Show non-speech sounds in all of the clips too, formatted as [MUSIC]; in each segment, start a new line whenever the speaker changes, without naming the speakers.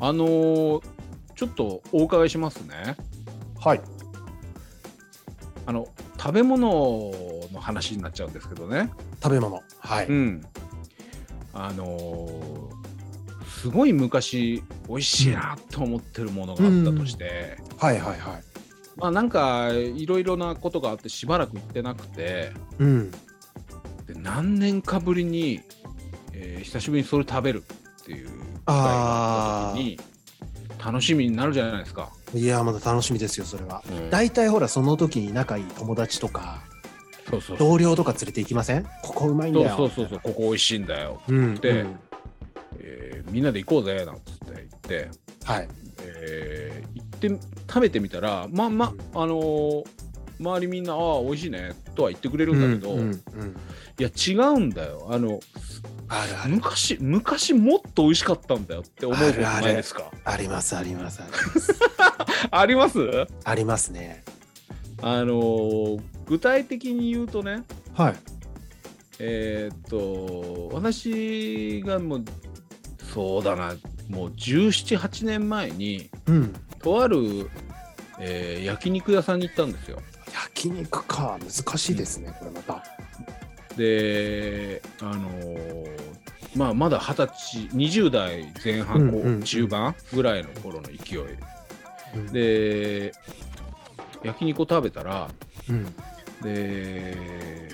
あのーちょっとお伺いしますね。
はい。
あの食べ物の話になっちゃうんですけどね。。
食べ物。はいう
ん。あのーすごい昔美味しいなと思ってるものがあったとして、
はいはいはい。
まあなんかいろいろなことがあってしばらく行ってなくて
うん。
で何年かぶりに、えー久しぶりにそれ食べるっていう機会があった時に楽しみになるじゃないですか。
いや、まだ楽しみですよ、それは。
うん
大体ほら、その時に仲いい友達とか、
そうそうそう
同僚とか連れて行きませんここうまいんだよ。
そうそうそうここ美味しいんだよ、
うん。
で
うん
えーみんなで行こうぜなんつって言って、
はい。
えー行って食べてみたらまあまああのー周りみんな「ああ美味しいね」とは言ってくれるんだけど、
うんうん
い
うん
や違うんだよあの
あるある。
昔昔もっと美味しかったんだよって思うことないですか
ありますありますあ [LAUGHS] ります。
あります
ありますね。
あのー具体的に言うとね
はい。
えーっと私がもうそうだなもう1718年前に
うん。
とある、えー焼肉屋さんに行ったんですよ
焼肉か。難しいですね、これまた。
であのーまあまだ二十歳20代前半こ
うんうんうん
う中盤ぐらいの頃の勢い
うん、
で焼肉を食べたら
うん。
で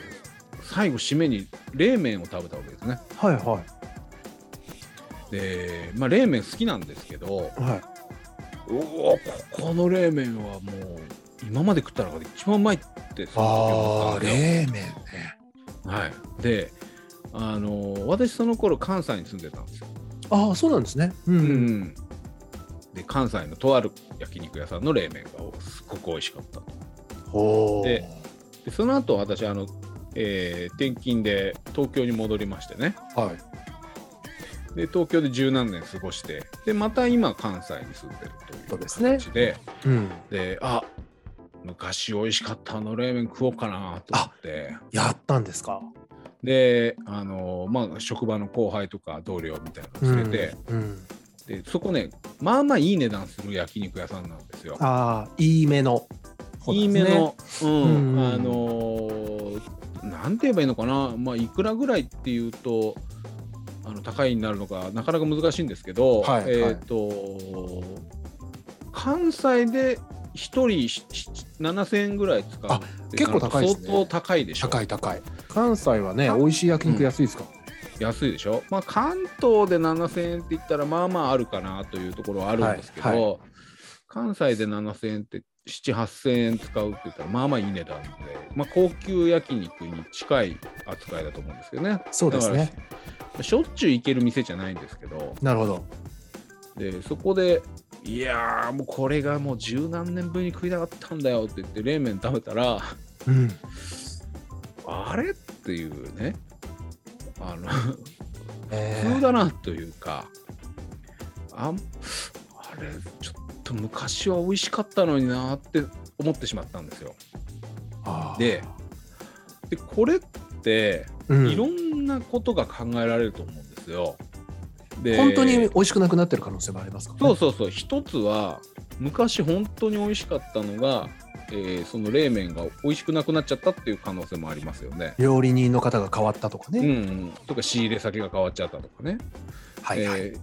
最後締めに冷麺を食べたわけですね
はいは
でまあ冷麺好きなんですけど
い。はい。
うおここの冷麺はもう今まで食った中で一番うまいってそ
あ
の時思ったん
あ、
ですよ
冷麺ね。
はい、であのー私その頃関西に住んでたんですよ、
ああ、そうなんですね。うん
うんで関西のとある焼肉屋さんの冷麺がすごく美味しかったと
ほう。
ででその後私あの、えー転勤で東京に戻りましてね
はい。
で東京で十何年過ごしてでまた今関西に住んでるという
そうですね
形で
うん。
であ昔美味しかったあの冷麺食おうかなと思って
やったんですか。
であの、まあ、職場の後輩とか同僚みたいなの連れて、
うん。
でそこねまあまあいい値段する焼肉屋さんなんですよ。
ああ、いい目の。
いい目。の、うん
うん
あのーなんて言えばいいのかな、まあ、いくらぐらいっていうとあの高いになるのかなかなか難しいんですけど、
はいはい
えっ、と関西で1人しし7000円ぐらい使う
あ
って
結構高いですね
相当高いでしょ
高い高い。関西はね、美味しい焼肉安いですからね。
安いでしょ、まあ、関東で7000円って言ったらまあまああるかなというところはあるんですけど、
はいは
関西で7000円って78000円使うって言ったらまあまあいい値段で、まあ、高級焼肉に近い扱いだと思うんですけどね
そうですね。
しょっちゅう行ける店じゃないんですけど
なるほど。
でそこでいやーもうこれがもう十何年ぶりに食いたかったんだよって言って冷麺食べたら
うん。
あれっていうねあの
え
普通だなというか、あんあれちょっと昔は美味しかったのになって思ってしまったんですよ。
あー
で、でこれって
うん
いろんなことが考えられると思うんですよ。で
本当に美味しくなくなってる可能性もありますから
そう
ね。
そうそう一つは昔本当に美味しかったのが、えーその冷麺が美味しくなくなっちゃったっていう可能性もありますよね。
料理人の方が変わったとか
うん
ね。
うん、とか仕入れ先が変わっちゃったとかね。
はいはい。
えー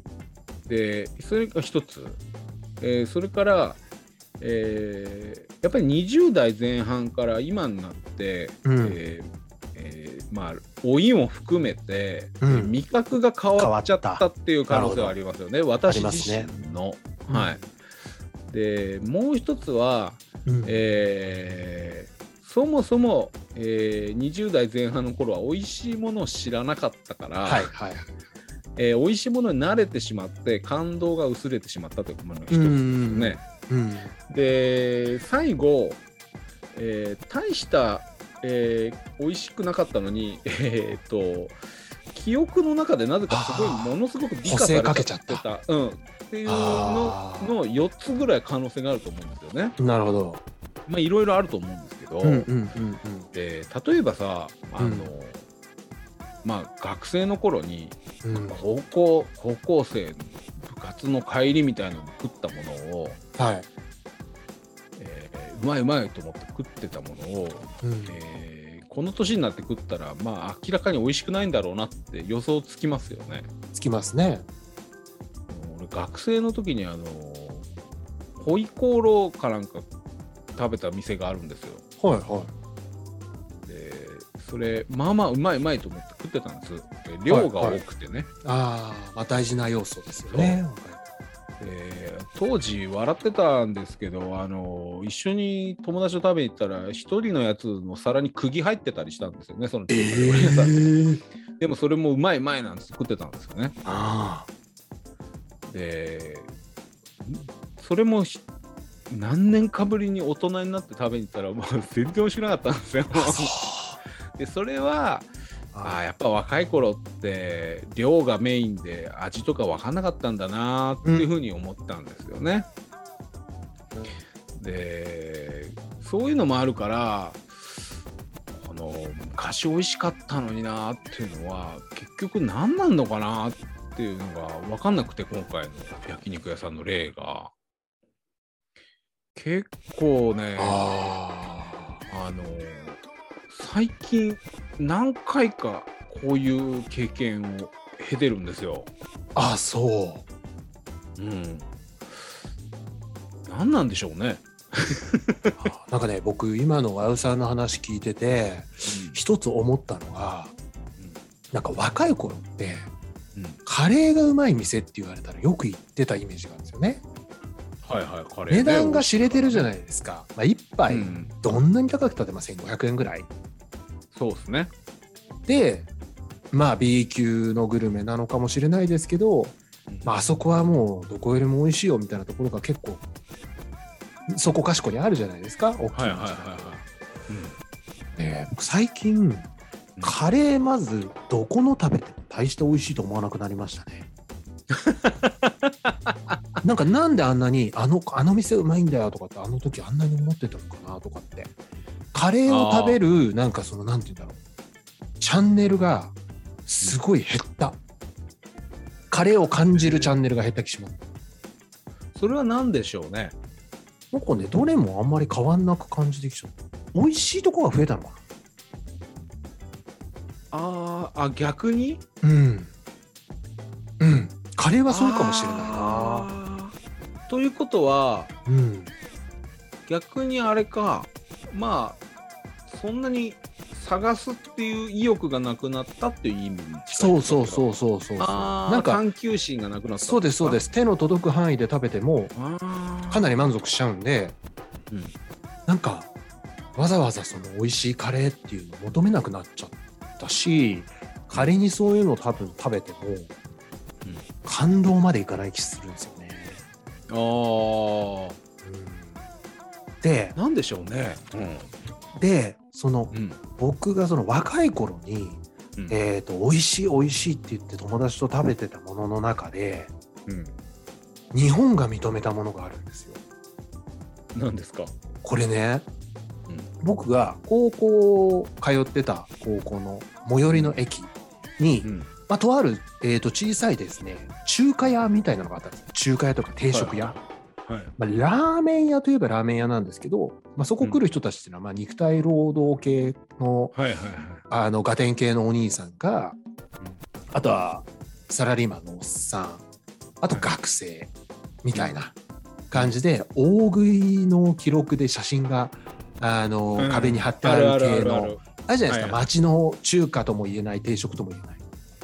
でそれが一つ、えーそれから、えーやっぱり20代前半から今になって、
うん。
えーえーまあ、老いも含めて、
うん
味覚が変わっちゃっ
変わった
っていう可能性はありますよね私
あります
自
ね
身の。
うん
はい、でもう一つは、
うん
えーそもそも、えー20代前半の頃は美味しいものを知らなかったから、
はいはい。
えー美味しいものに慣れてしまって感動が薄れてしまったというものが一つ
う
です
ん
ね。
うん。
で最後、えー大した、えー美味しくなかったのに、 [LAUGHS] えーっと記憶の中でなぜかすごい
あー
ものすごく美化されちゃって
補正かけち
たうん、っていうの
あー
の4つぐらい可能性があると思うんですよね。
なるほど。
まあいろいろあると思うんですけど、
うんうんうん
で例えばさあの、
うん
まあ、学生の頃に
うんうん。
高校高校生の部活末の帰りみたいなのを食ったものを、
はい。
えーうまいうまいと思って食ってたものを、
うん
えーこの年になって食ったらまあ明らかに美味しくないんだろうなって予想つきますよね。
つきますね。
俺学生の時にあのホイコーローかなんか食べた店があるんですよ。
はいは
でそれまあまあうまいうまいと思って食ってたんです。で量が多くてね、
い。ああ、まあ大事な要素ですよね。
えー当時笑ってたんですけどあの一緒に友達と食べに行ったら一人のやつの皿に釘入ってたりしたんですよねその時俺さ
ー、
でもそれもうまいうまいなんて作ってたんですよね
あ
でそれもひ何年かぶりに大人になって食べに行ったらもう全然美味しくなかったんですよ
あ。そう
でそれはあー
あ
やっぱ若い頃って量がメインで味とか分かんなかったんだなーっていうふうに思ったんですよね。でそういうのもあるからこの昔美味しかったのになーっていうのは結局何なんのかなーっていうのが分かんなくて今回の焼肉屋さんの例が結構ね
あ
あのー最近何回かこういう経験を経てるんですよ。
ー。ああ、そ
うん。何なんでしょうね。
う。あーなんかね、僕今のワウさんの話聞いてて、一つ思ったのが、なんか若い頃って
うん。うん
カレーがうまい店って言われたらよく行ってたイメージがあるんですよね。
はいはい、カレーね。
値段が知れてるじゃ
ない。
ないですか。まあ一杯
うん。
どんなに高くたってません500円ぐらい。
そうですね。
でまあ B 級のグルメなのかもしれないですけど、まああそこはもうどこよりも美味しいよみたいなところが結構そこかしこにあるじゃないですか大き
はい
な
はいはい
街
は
だと
い。
で僕最近カレーまずどこの食べても大して美味しいと思わなくなりましたね
[LAUGHS]
なんかなんであんなにあのあの店うまいんだよとかってあの時あんなに思ってたのかなとかってカレーを食べるなんかそのなんて言うんだろうチャンネルがすごい減ったカレーを感じるチャンネルが減った気します
うん。それは何でしょうね。
なんかねどれもあんまり変わんなく感じてきちゃった美味しいとこが増えたのか
あーあ、逆に
なうんうんカレーはそうかもしれないな
あーということは、
うん、
逆にあれかまあそんなに探すっていう意欲がなくなったっていう意味に近いってことか
そうそうそうそうそうそう
あ
な
なんん
か
探求心がなくなった
そうですそうですす手の届く範囲で食べてもか
か
なり満足しちゃうんで、
うん
なんかわざわざその美味しいカレーっていうのを求めなくなっちゃったし仮にそういうのを多分食べても、感動までいかない気するんですよね。
あー
うんで
なんでしょうねう
でその
んうん
僕がその若い頃に、
うん
えー、と美味しい美味しいって言って友達と食べてたものの中で
うん
日本が認めたものがあるんですよ。
何ですか
これね、
うん
僕が高校通ってた高校の最寄りの駅に、
うん
まあ、とある、えー、と小さいですね中華屋みたいなのがあったんです中華屋とか定食屋、
はい
まあ、ラーメン屋といえばラーメン屋なんですけど、まあ、そこ来る人たちっていうのは、まあ、肉体労働系の
はいはいはい
あのガテン系のお兄さんか、
うん
あとはサラリーマンのおっさんあと学生みたいな感じで大食いの記録で写真があの、
うん
壁に貼って
あ
あ
るあ
る
るあ
系
るあ
の
る
あるじゃないですか、
は
街の中華とも言えない定食とも言えない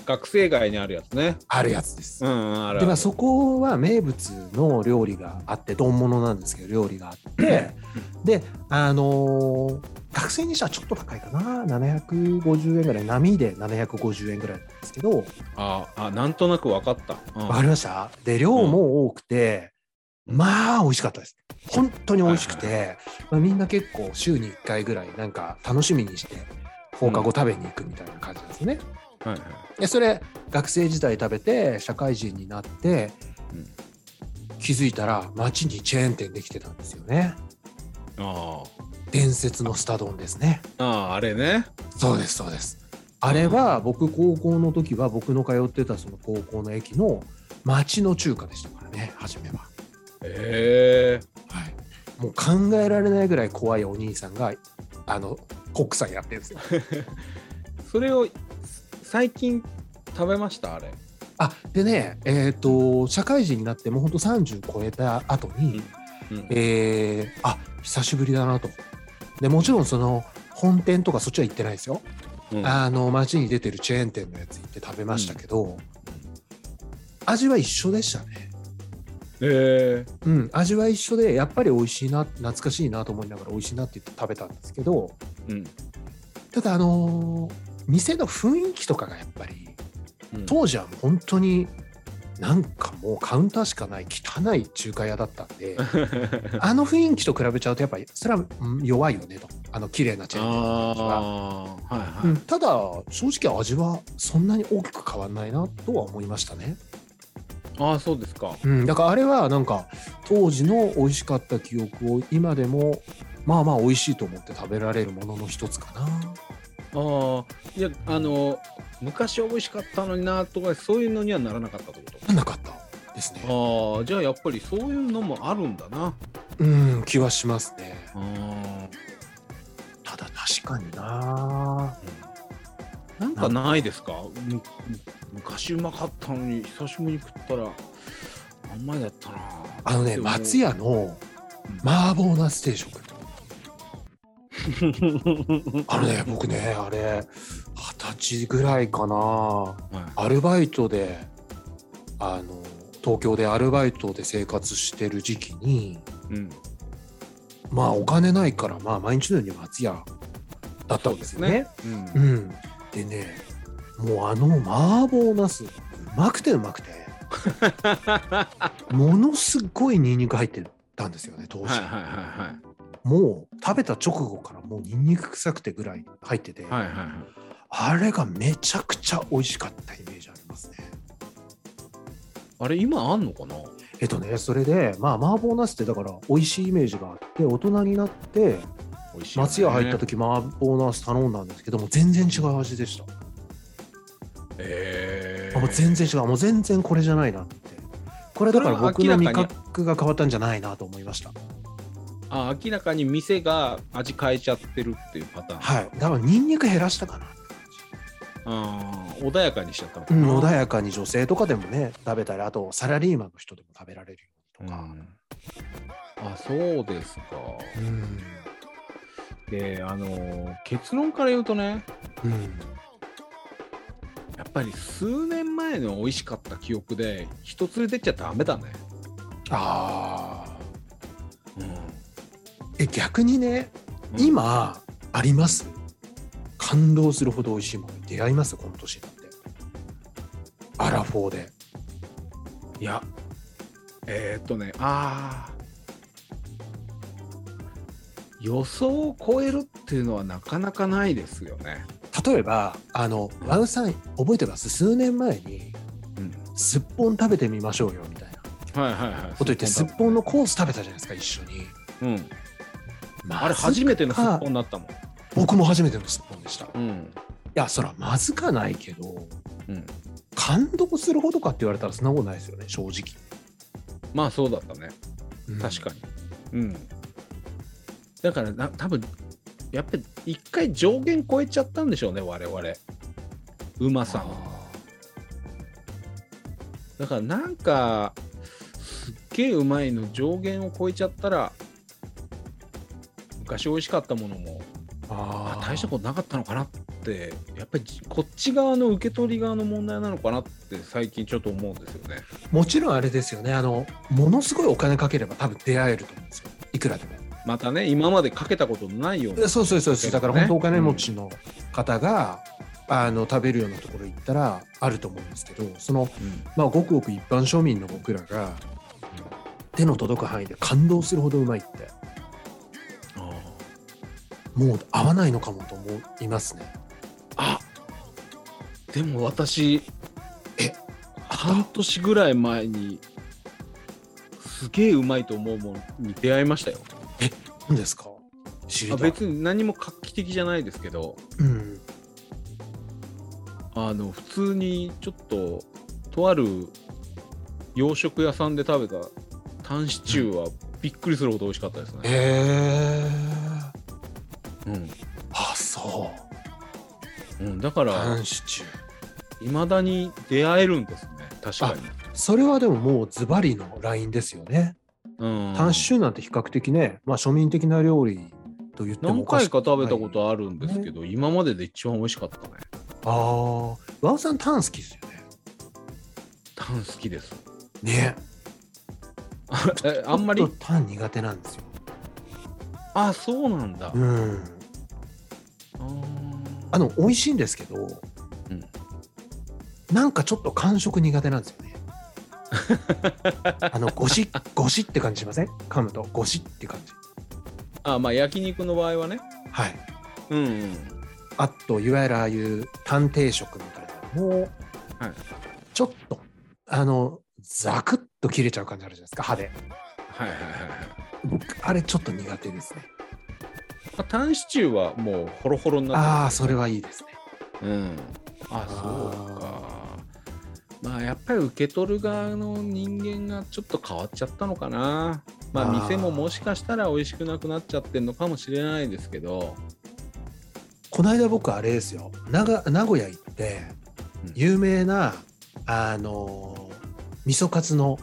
学生街にあるやつね
あるやつです。
うんうんある
でま
あ
あ、
る
そこは名物の料理があって丼物なんですけど料理があってであのー学生にしてはちょっと高いかな750円ぐらい波で750円ぐらいなんですけど
ああなんとなく分かったうん
わかりましたで量も多くて、まあ美味しかったです本当に美味しく
は
て、まあ、みんな結構週に1回ぐらいなんか楽しみにして放課後食べに行くみたいな感じなんですね、
はいはい
でそれ学生時代食べて社会人になって、
うん
気づいたら街にチェーン店できてたんですよね
あ
伝説のスタ丼ですね
ーあーあれね
そうですそうですあれは僕高校の時は僕の通ってたその高校の駅の町の中華でしたからね初めは、
え
はい、もう考えられないぐらい怖いお兄さんがあのコックさんやってるん [LAUGHS] ですよ
ー、それを最近食べましたあれ
あでねえっ、と社会人になってもうほんと30超えた後に、
うん
えーあ久しぶりだなとでもちろんその本店とかそっちは行ってないですよ、
うん
あの街に出てるチェーン店のやつ行って食べましたけど、味は一緒でしたね
え
うん味は一緒でやっぱり美味しいな懐かしいなと思いながら美味しいなって言って食べたんですけど
ー、うん
ただあのー店の雰囲気とかがやっぱり
うん
当時はもう本当になんかもうカウンターしかない汚い中華屋だったん
[LAUGHS]
であの雰囲気と比べちゃうとやっぱりそれはうん弱いよねとあの綺麗なチェーン店の感じは。
ああはいはい、
うん、ただ正直味はそんなに大きく変わんないなとは思いましたね、
ああそうですか
うん、だからあれはなんか当時の美味しかった記憶を今でもまあまあ美味しいと思って食べられるものの一つかな
ああいやあの昔は美味しかったのになとかそういうのにはならなかったってこと
なんなかったですね
ああじゃあやっぱりそういうのもあるんだな
うん気はしますね
あ
ただ確かにな
なんかないですかむ昔うまかったのに久しぶりに食ったらあんまりだったな
あのね松屋の麻婆茄子定 [LAUGHS] 食あのね僕ねあれ二十歳ぐらいかな
は
アルバイトであの東京でアルバイトで生活してる時期に
い、うん
まあお金ないからまあ毎日のように松屋だったんですよね。
うん
う、ん、でねもうあの麻婆茄子うまくてうまくて
[LAUGHS]
ものすごいニンニク入ってたんですよね当時、
はいはいは
もう食べた直後からもうニンニク臭くてぐらい入ってて、
いはいはいはいはい
あれがめちゃくちゃ美味しかったイメージありますね。
あれ今あんのかな
えっとね、それで、まあ、麻婆茄子ってだから美味しいイメージがあって大人になって
美味しいよね
松屋入った時麻婆茄子頼んだんですけども全然違う味でした、
え
あもう全然違うもう全然これじゃないなってこれだから僕の味覚が変わったんじゃないなと思いました
あ明らかに店が味変えちゃってるっていうパターン、
はいだからニンニク減らしたかな、
あー穏やかにしちゃったの
う
か
ん
な、
穏やかに女性とかでもね食べたりあとサラリーマンの人でも食べられるようにとか、
うんあそうですか
うん
であの結論から言うとね
うん
やっぱり数年前の美味しかった記憶で人連れてっちゃダメだね、
ああ
う
え逆にね
ん、
今あります感動するほど美味しいものに出会いますこの年だってアラフォーで
いやえー、っとねあー予想を超えるっていうのはなかなかないですよね。
例えばあのワウさん覚えてます数年前に
うん、
すっぽん食べてみましょうよみたいなこ
はいはいはい。
と言ってすっぽんのコース食べたじゃないですか一緒に、
うん、
ま
あれ初めてのすっ
か
ぽんだったもん。
僕も初めてのすっぽんでしたい
うん
やそらまずかないけど
うん、
感動するほどかって言われたらそんなことないですよね正直、
まあそうだったね確か
に
に、うんだからな多分やっぱり一回上限超えちゃったんでしょうね我々うまさのだからなんかすっげえうまいの上限を超えちゃったら昔美味しかったものもあ
あ
大したことなかったのかなってやっぱりじこっち側の受け取り側の問題なのかなって最近ちょっと思うんですよね
もちろんあれですよねあのものすごいお金かければ多分出会えると思うんですよいくらでも
またね今までかけたことのないような
そうそうそう
そ
そうう
だ
だ
か
からら
本
本
当
当
お
お
金
金
持
持
ち
ちの方が、あの食べるようなところ行ったらあると思うんですけどその、
うん
まあ、ごくごく一般庶民の僕らが手の届く範囲で感動するほどうまいって
あ
もう合わないのかもと思いますね
あでも私
え
半年ぐらい前にすげえうまいと思うものに出会いましたよ
何ですか知り
あ
たい
別に何も画期的じゃないですけど
うん
あの普通にちょっととある洋食屋さんで食べたタンシチューはびっくりするほど美味しかったですね。
ええ
うん
あそう
うん、だか
タ
ら
ンシチュー
いまだに出会えるんですね確かに。
それはでももうズバリのラインですよね、
うん、
タンシチューなんて比較的ね、まあ、庶民的な料理と言っても
何
おか
回
しく
か
ない
食べたことあるんですけど、今までで一番美味しかったね。
ああ和尾さんタン好きですよ
タン好き
[LAUGHS]
です。
ねね
あえあんまり
ちょっとタン苦手なんですよ
あそうなんだ。
うんあ
あの
の美味しいんですけど、
うん
なんかちょっと感触苦手なんですよね [LAUGHS] あのゴシゴシって感じしません噛むとゴシって感じ
あまあ焼肉の場合はね。
はい
うん、うん。
あといわゆるああいう探偵食みたいなのも、
はい
ちょっとあのザクッと切れちゃう感じあるじゃないですか歯で
はいはいはいはい。
僕あれちょっと苦手ですね
あタンシチューはもうホロホロにな
あ
っ
あそれはいいですね
てる。うん。あそうか。まあやっぱり受け取る側の人間がちょっと変わっちゃったのかな。まあ
あー
店ももしかしたら美味しくなくなっちゃってるのかもしれないですけど。
この間僕あれですよ名が名古屋行って
うん
有名なあのー味噌カツの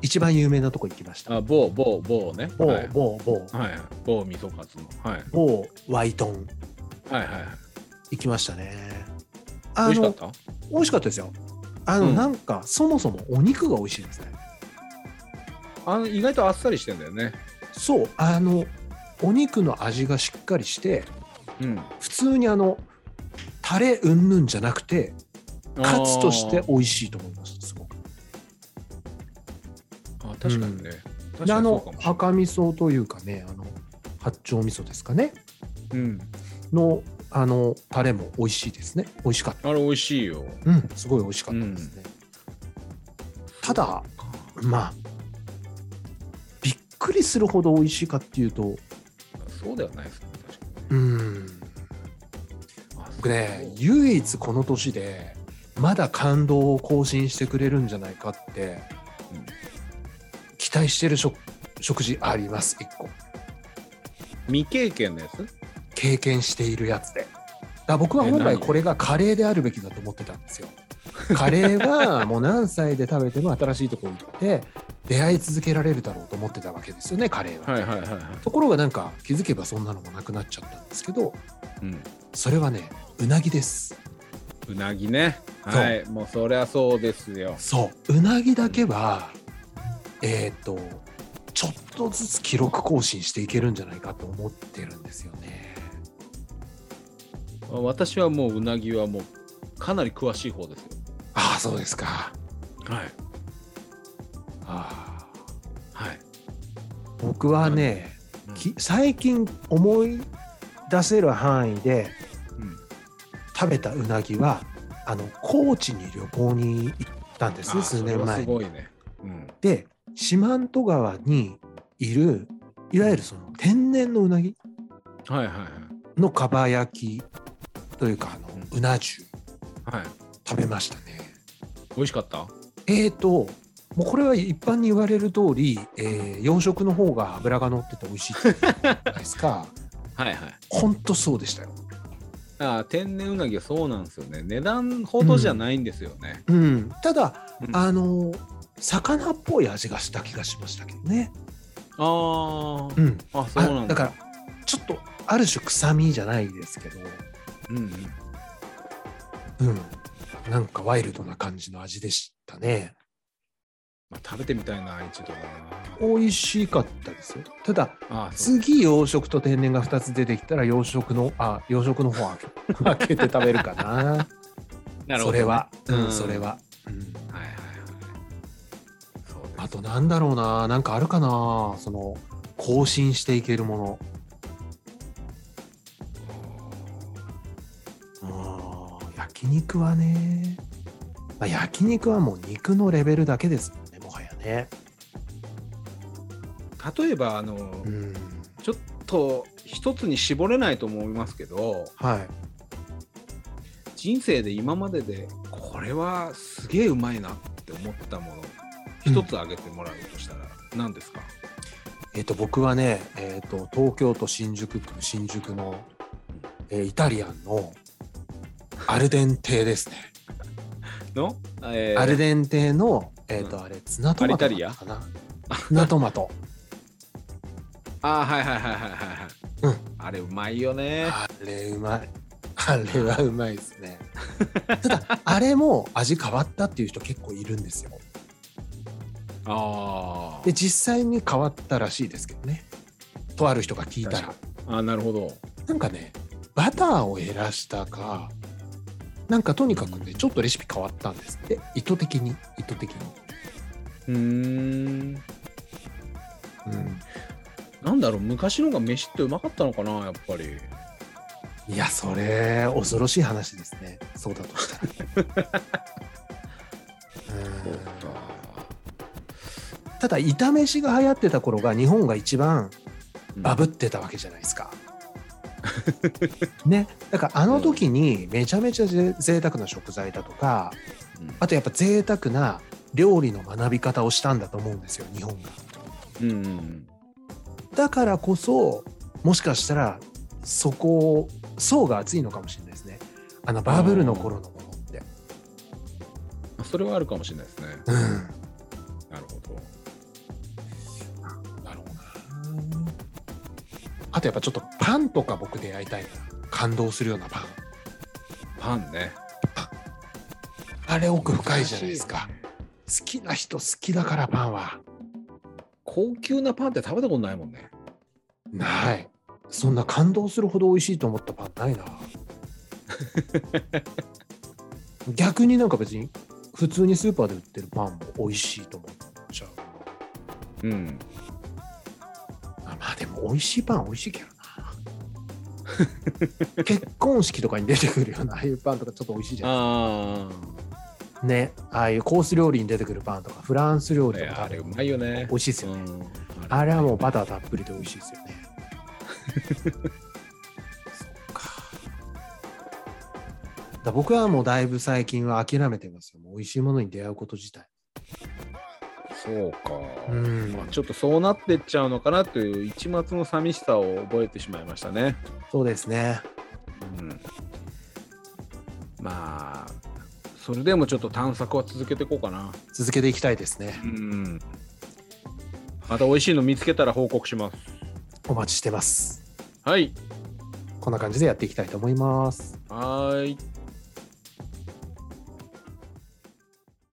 一番有名なとこ行きました
あ某某某ね。
某
はい
某某
はい、某味噌カツの、はい、
某ワイトン
はいはいはい
行きましたね
美
あ
味しかっ
の
た
美味しかったですよあの、
うん
なんかそもそもお肉が美味しいですね
あの意外とあっさりしてんだよね
そうあのお肉の味がしっかりして
うん
普通にあのタレうんぬんじゃなくてカツとして美味しいと思いましたすごく
あーあ確かにね、確
で
か
あ
にそうか
の
もしれない
赤味噌というかねあの八丁味噌ですかね
うん
のあのタレも美味しいですね美味しかっ
あれ美味しいよ
たうんすごい美味しかったですね、ただまあびっくりするほど美味しいかっていうと
そうではないですね確かに
うん
あ
僕ね
そう
唯一この年でまだ感動を更新してくれるんじゃないかって、
うん
期待してる食食事あります一個
未経験のやつ
経験しているやつでだから僕は本
え
来
何
これがカレーであるべきだと思ってたんです
[LAUGHS]
よカレーはもう何歳で食べても新しいとこ行って出会い続けられるだろうと思ってたわけですよねカレーは、
はいはいはいはい、
ところがなんか気づけばそんなのもなくなっちゃったんですけど
うん、
それはねうなぎです
うなぎね
そう
はいもうそりゃそうですよ
そううなぎだけはえっ、とちょっとずつ記録更新していけるんじゃないかと思ってるんですよね
私はもううなぎはもうかなり詳しい方ですよ
ああそうですか
はい
ああ
はい
僕はね、
うん
き最近思い出せる範囲で
うん
食べたうなぎはあの高知に旅行に行ったんです
あ
ね
ー
数
それ
年
は
前
す
に
ごいねうん
で四万十川にいるいわゆるその天然のうなぎ
はいはいはい
のかば焼きというかあのうな重
はい
食べましたね
美味しかった
えーともうこれは一般に言われる通り、えー養殖の方が脂が乗ってて美味しいって言うじゃないで
[LAUGHS]
すか
はいはい
ほんとそうでしたよ
あー天然うなぎはそうなんですよね値段ほどじゃないんですよね、
うんただ
うんあ
あの魚っぽい味がした気がしましたけどね
あー
うん
あそうな
あ
んだ
だからちょっとある種臭みじゃないですけど
うんうん
うんなんかワイルドな感じの味でしたね
まあ、食べてみたいな一度だ
美味しかったですよただ
なあーそう
次養殖と天然が2つ出てきたら養殖のあ養殖の方開け開けて食べるかな
[LAUGHS] なるほ
そ
どね
れは、うん
うん
それは、うん
はいはいはいそうです
あとなんだろうななんかあるかなその更新していけるものうん焼肉はね、まあ、焼肉はもう肉のレベルだけですもんねもはやね
例えばあの、
うん
ちょっと一つに絞れないと思いますけど
はい
人生で今まででこれはすげえうまいなって思ったもの一つ挙げてもらうとしたら何ですか、
えっと僕はね、えっと東京都新宿区新宿の、えーイタリアンのアルデンテですね。
の、えー
アルデンテのえっ、
う
とあれツナトマトだったかな。ツナトマト。
あーはいはいはいはいはいはい、
うん
あれうまいよね
あれうまい。あれはうまいですね。ただあれも味変わったっていう人結構いるんですよ。
あ
で実際に変わったらしいですけどね。とある人が聞いたら
確ああなるほど
なんかねバターを減らしたかなんかとにかくねちょっとレシピ変わったんですって意図的に意図的に。
うーん
う
なんだろう昔のが飯ってうまかったのかなやっぱり
ん、いやそれ恐ろしい話ですね [LAUGHS] そうだとしたら。うんただ炒めしが流行ってた頃が日本が一番バブってたわけじゃないですか。ね、だからあの時にめちゃめちゃぜ贅沢な食材だとかあとやっぱ贅沢な料理の学び方をしたんだと思うんですよ日本が。
うんうんうん
だからこそもしかしたらそこを層が厚いのかもしれないですねあのバブルの頃のものって、
うんそれはあるかもしれないですね
うん、
なるほど
だろうなあとやっぱちょっとパンとか僕出会いたいな感動するようなパン
パンね
あれ奥深いじゃないですか好きな人好きだからパンは
高級なパンって食べたことないもんね
ないそんな感動するほど美味しいと思ったパンな
[LAUGHS]
いな逆になんか別に普通にスーパーで売ってるパンも美味しいと思っちゃう
うん
あまあでも美味しいパンは美味し
[LAUGHS]
いけどな結婚式とかに出てくるようなああいうパンとかちょっと美味しいじゃない
あ
ねああいうコース料理に出てくるパンとかフランス料
あ
理とか
あれうまいよね
美味しいですよね、
うん
あれはもうバターたっぷりで美味しいですよねそっかだ僕はもうだいぶ最近は諦めてますよもう美味しいものに出会うこと自体
そうか、
うん
まあ、ちょっとそうなってっちゃうのかなという一抹の寂しさを覚えてしまいましたね。
そうですね
うん、まあそれでもちょっと探索は続けていこうかな。
続けていきたいですね
うん、また美味しいの見つけたら報告します。
お待ちしてます
はい、
こんな感じでやっていきたいと思います
はーい。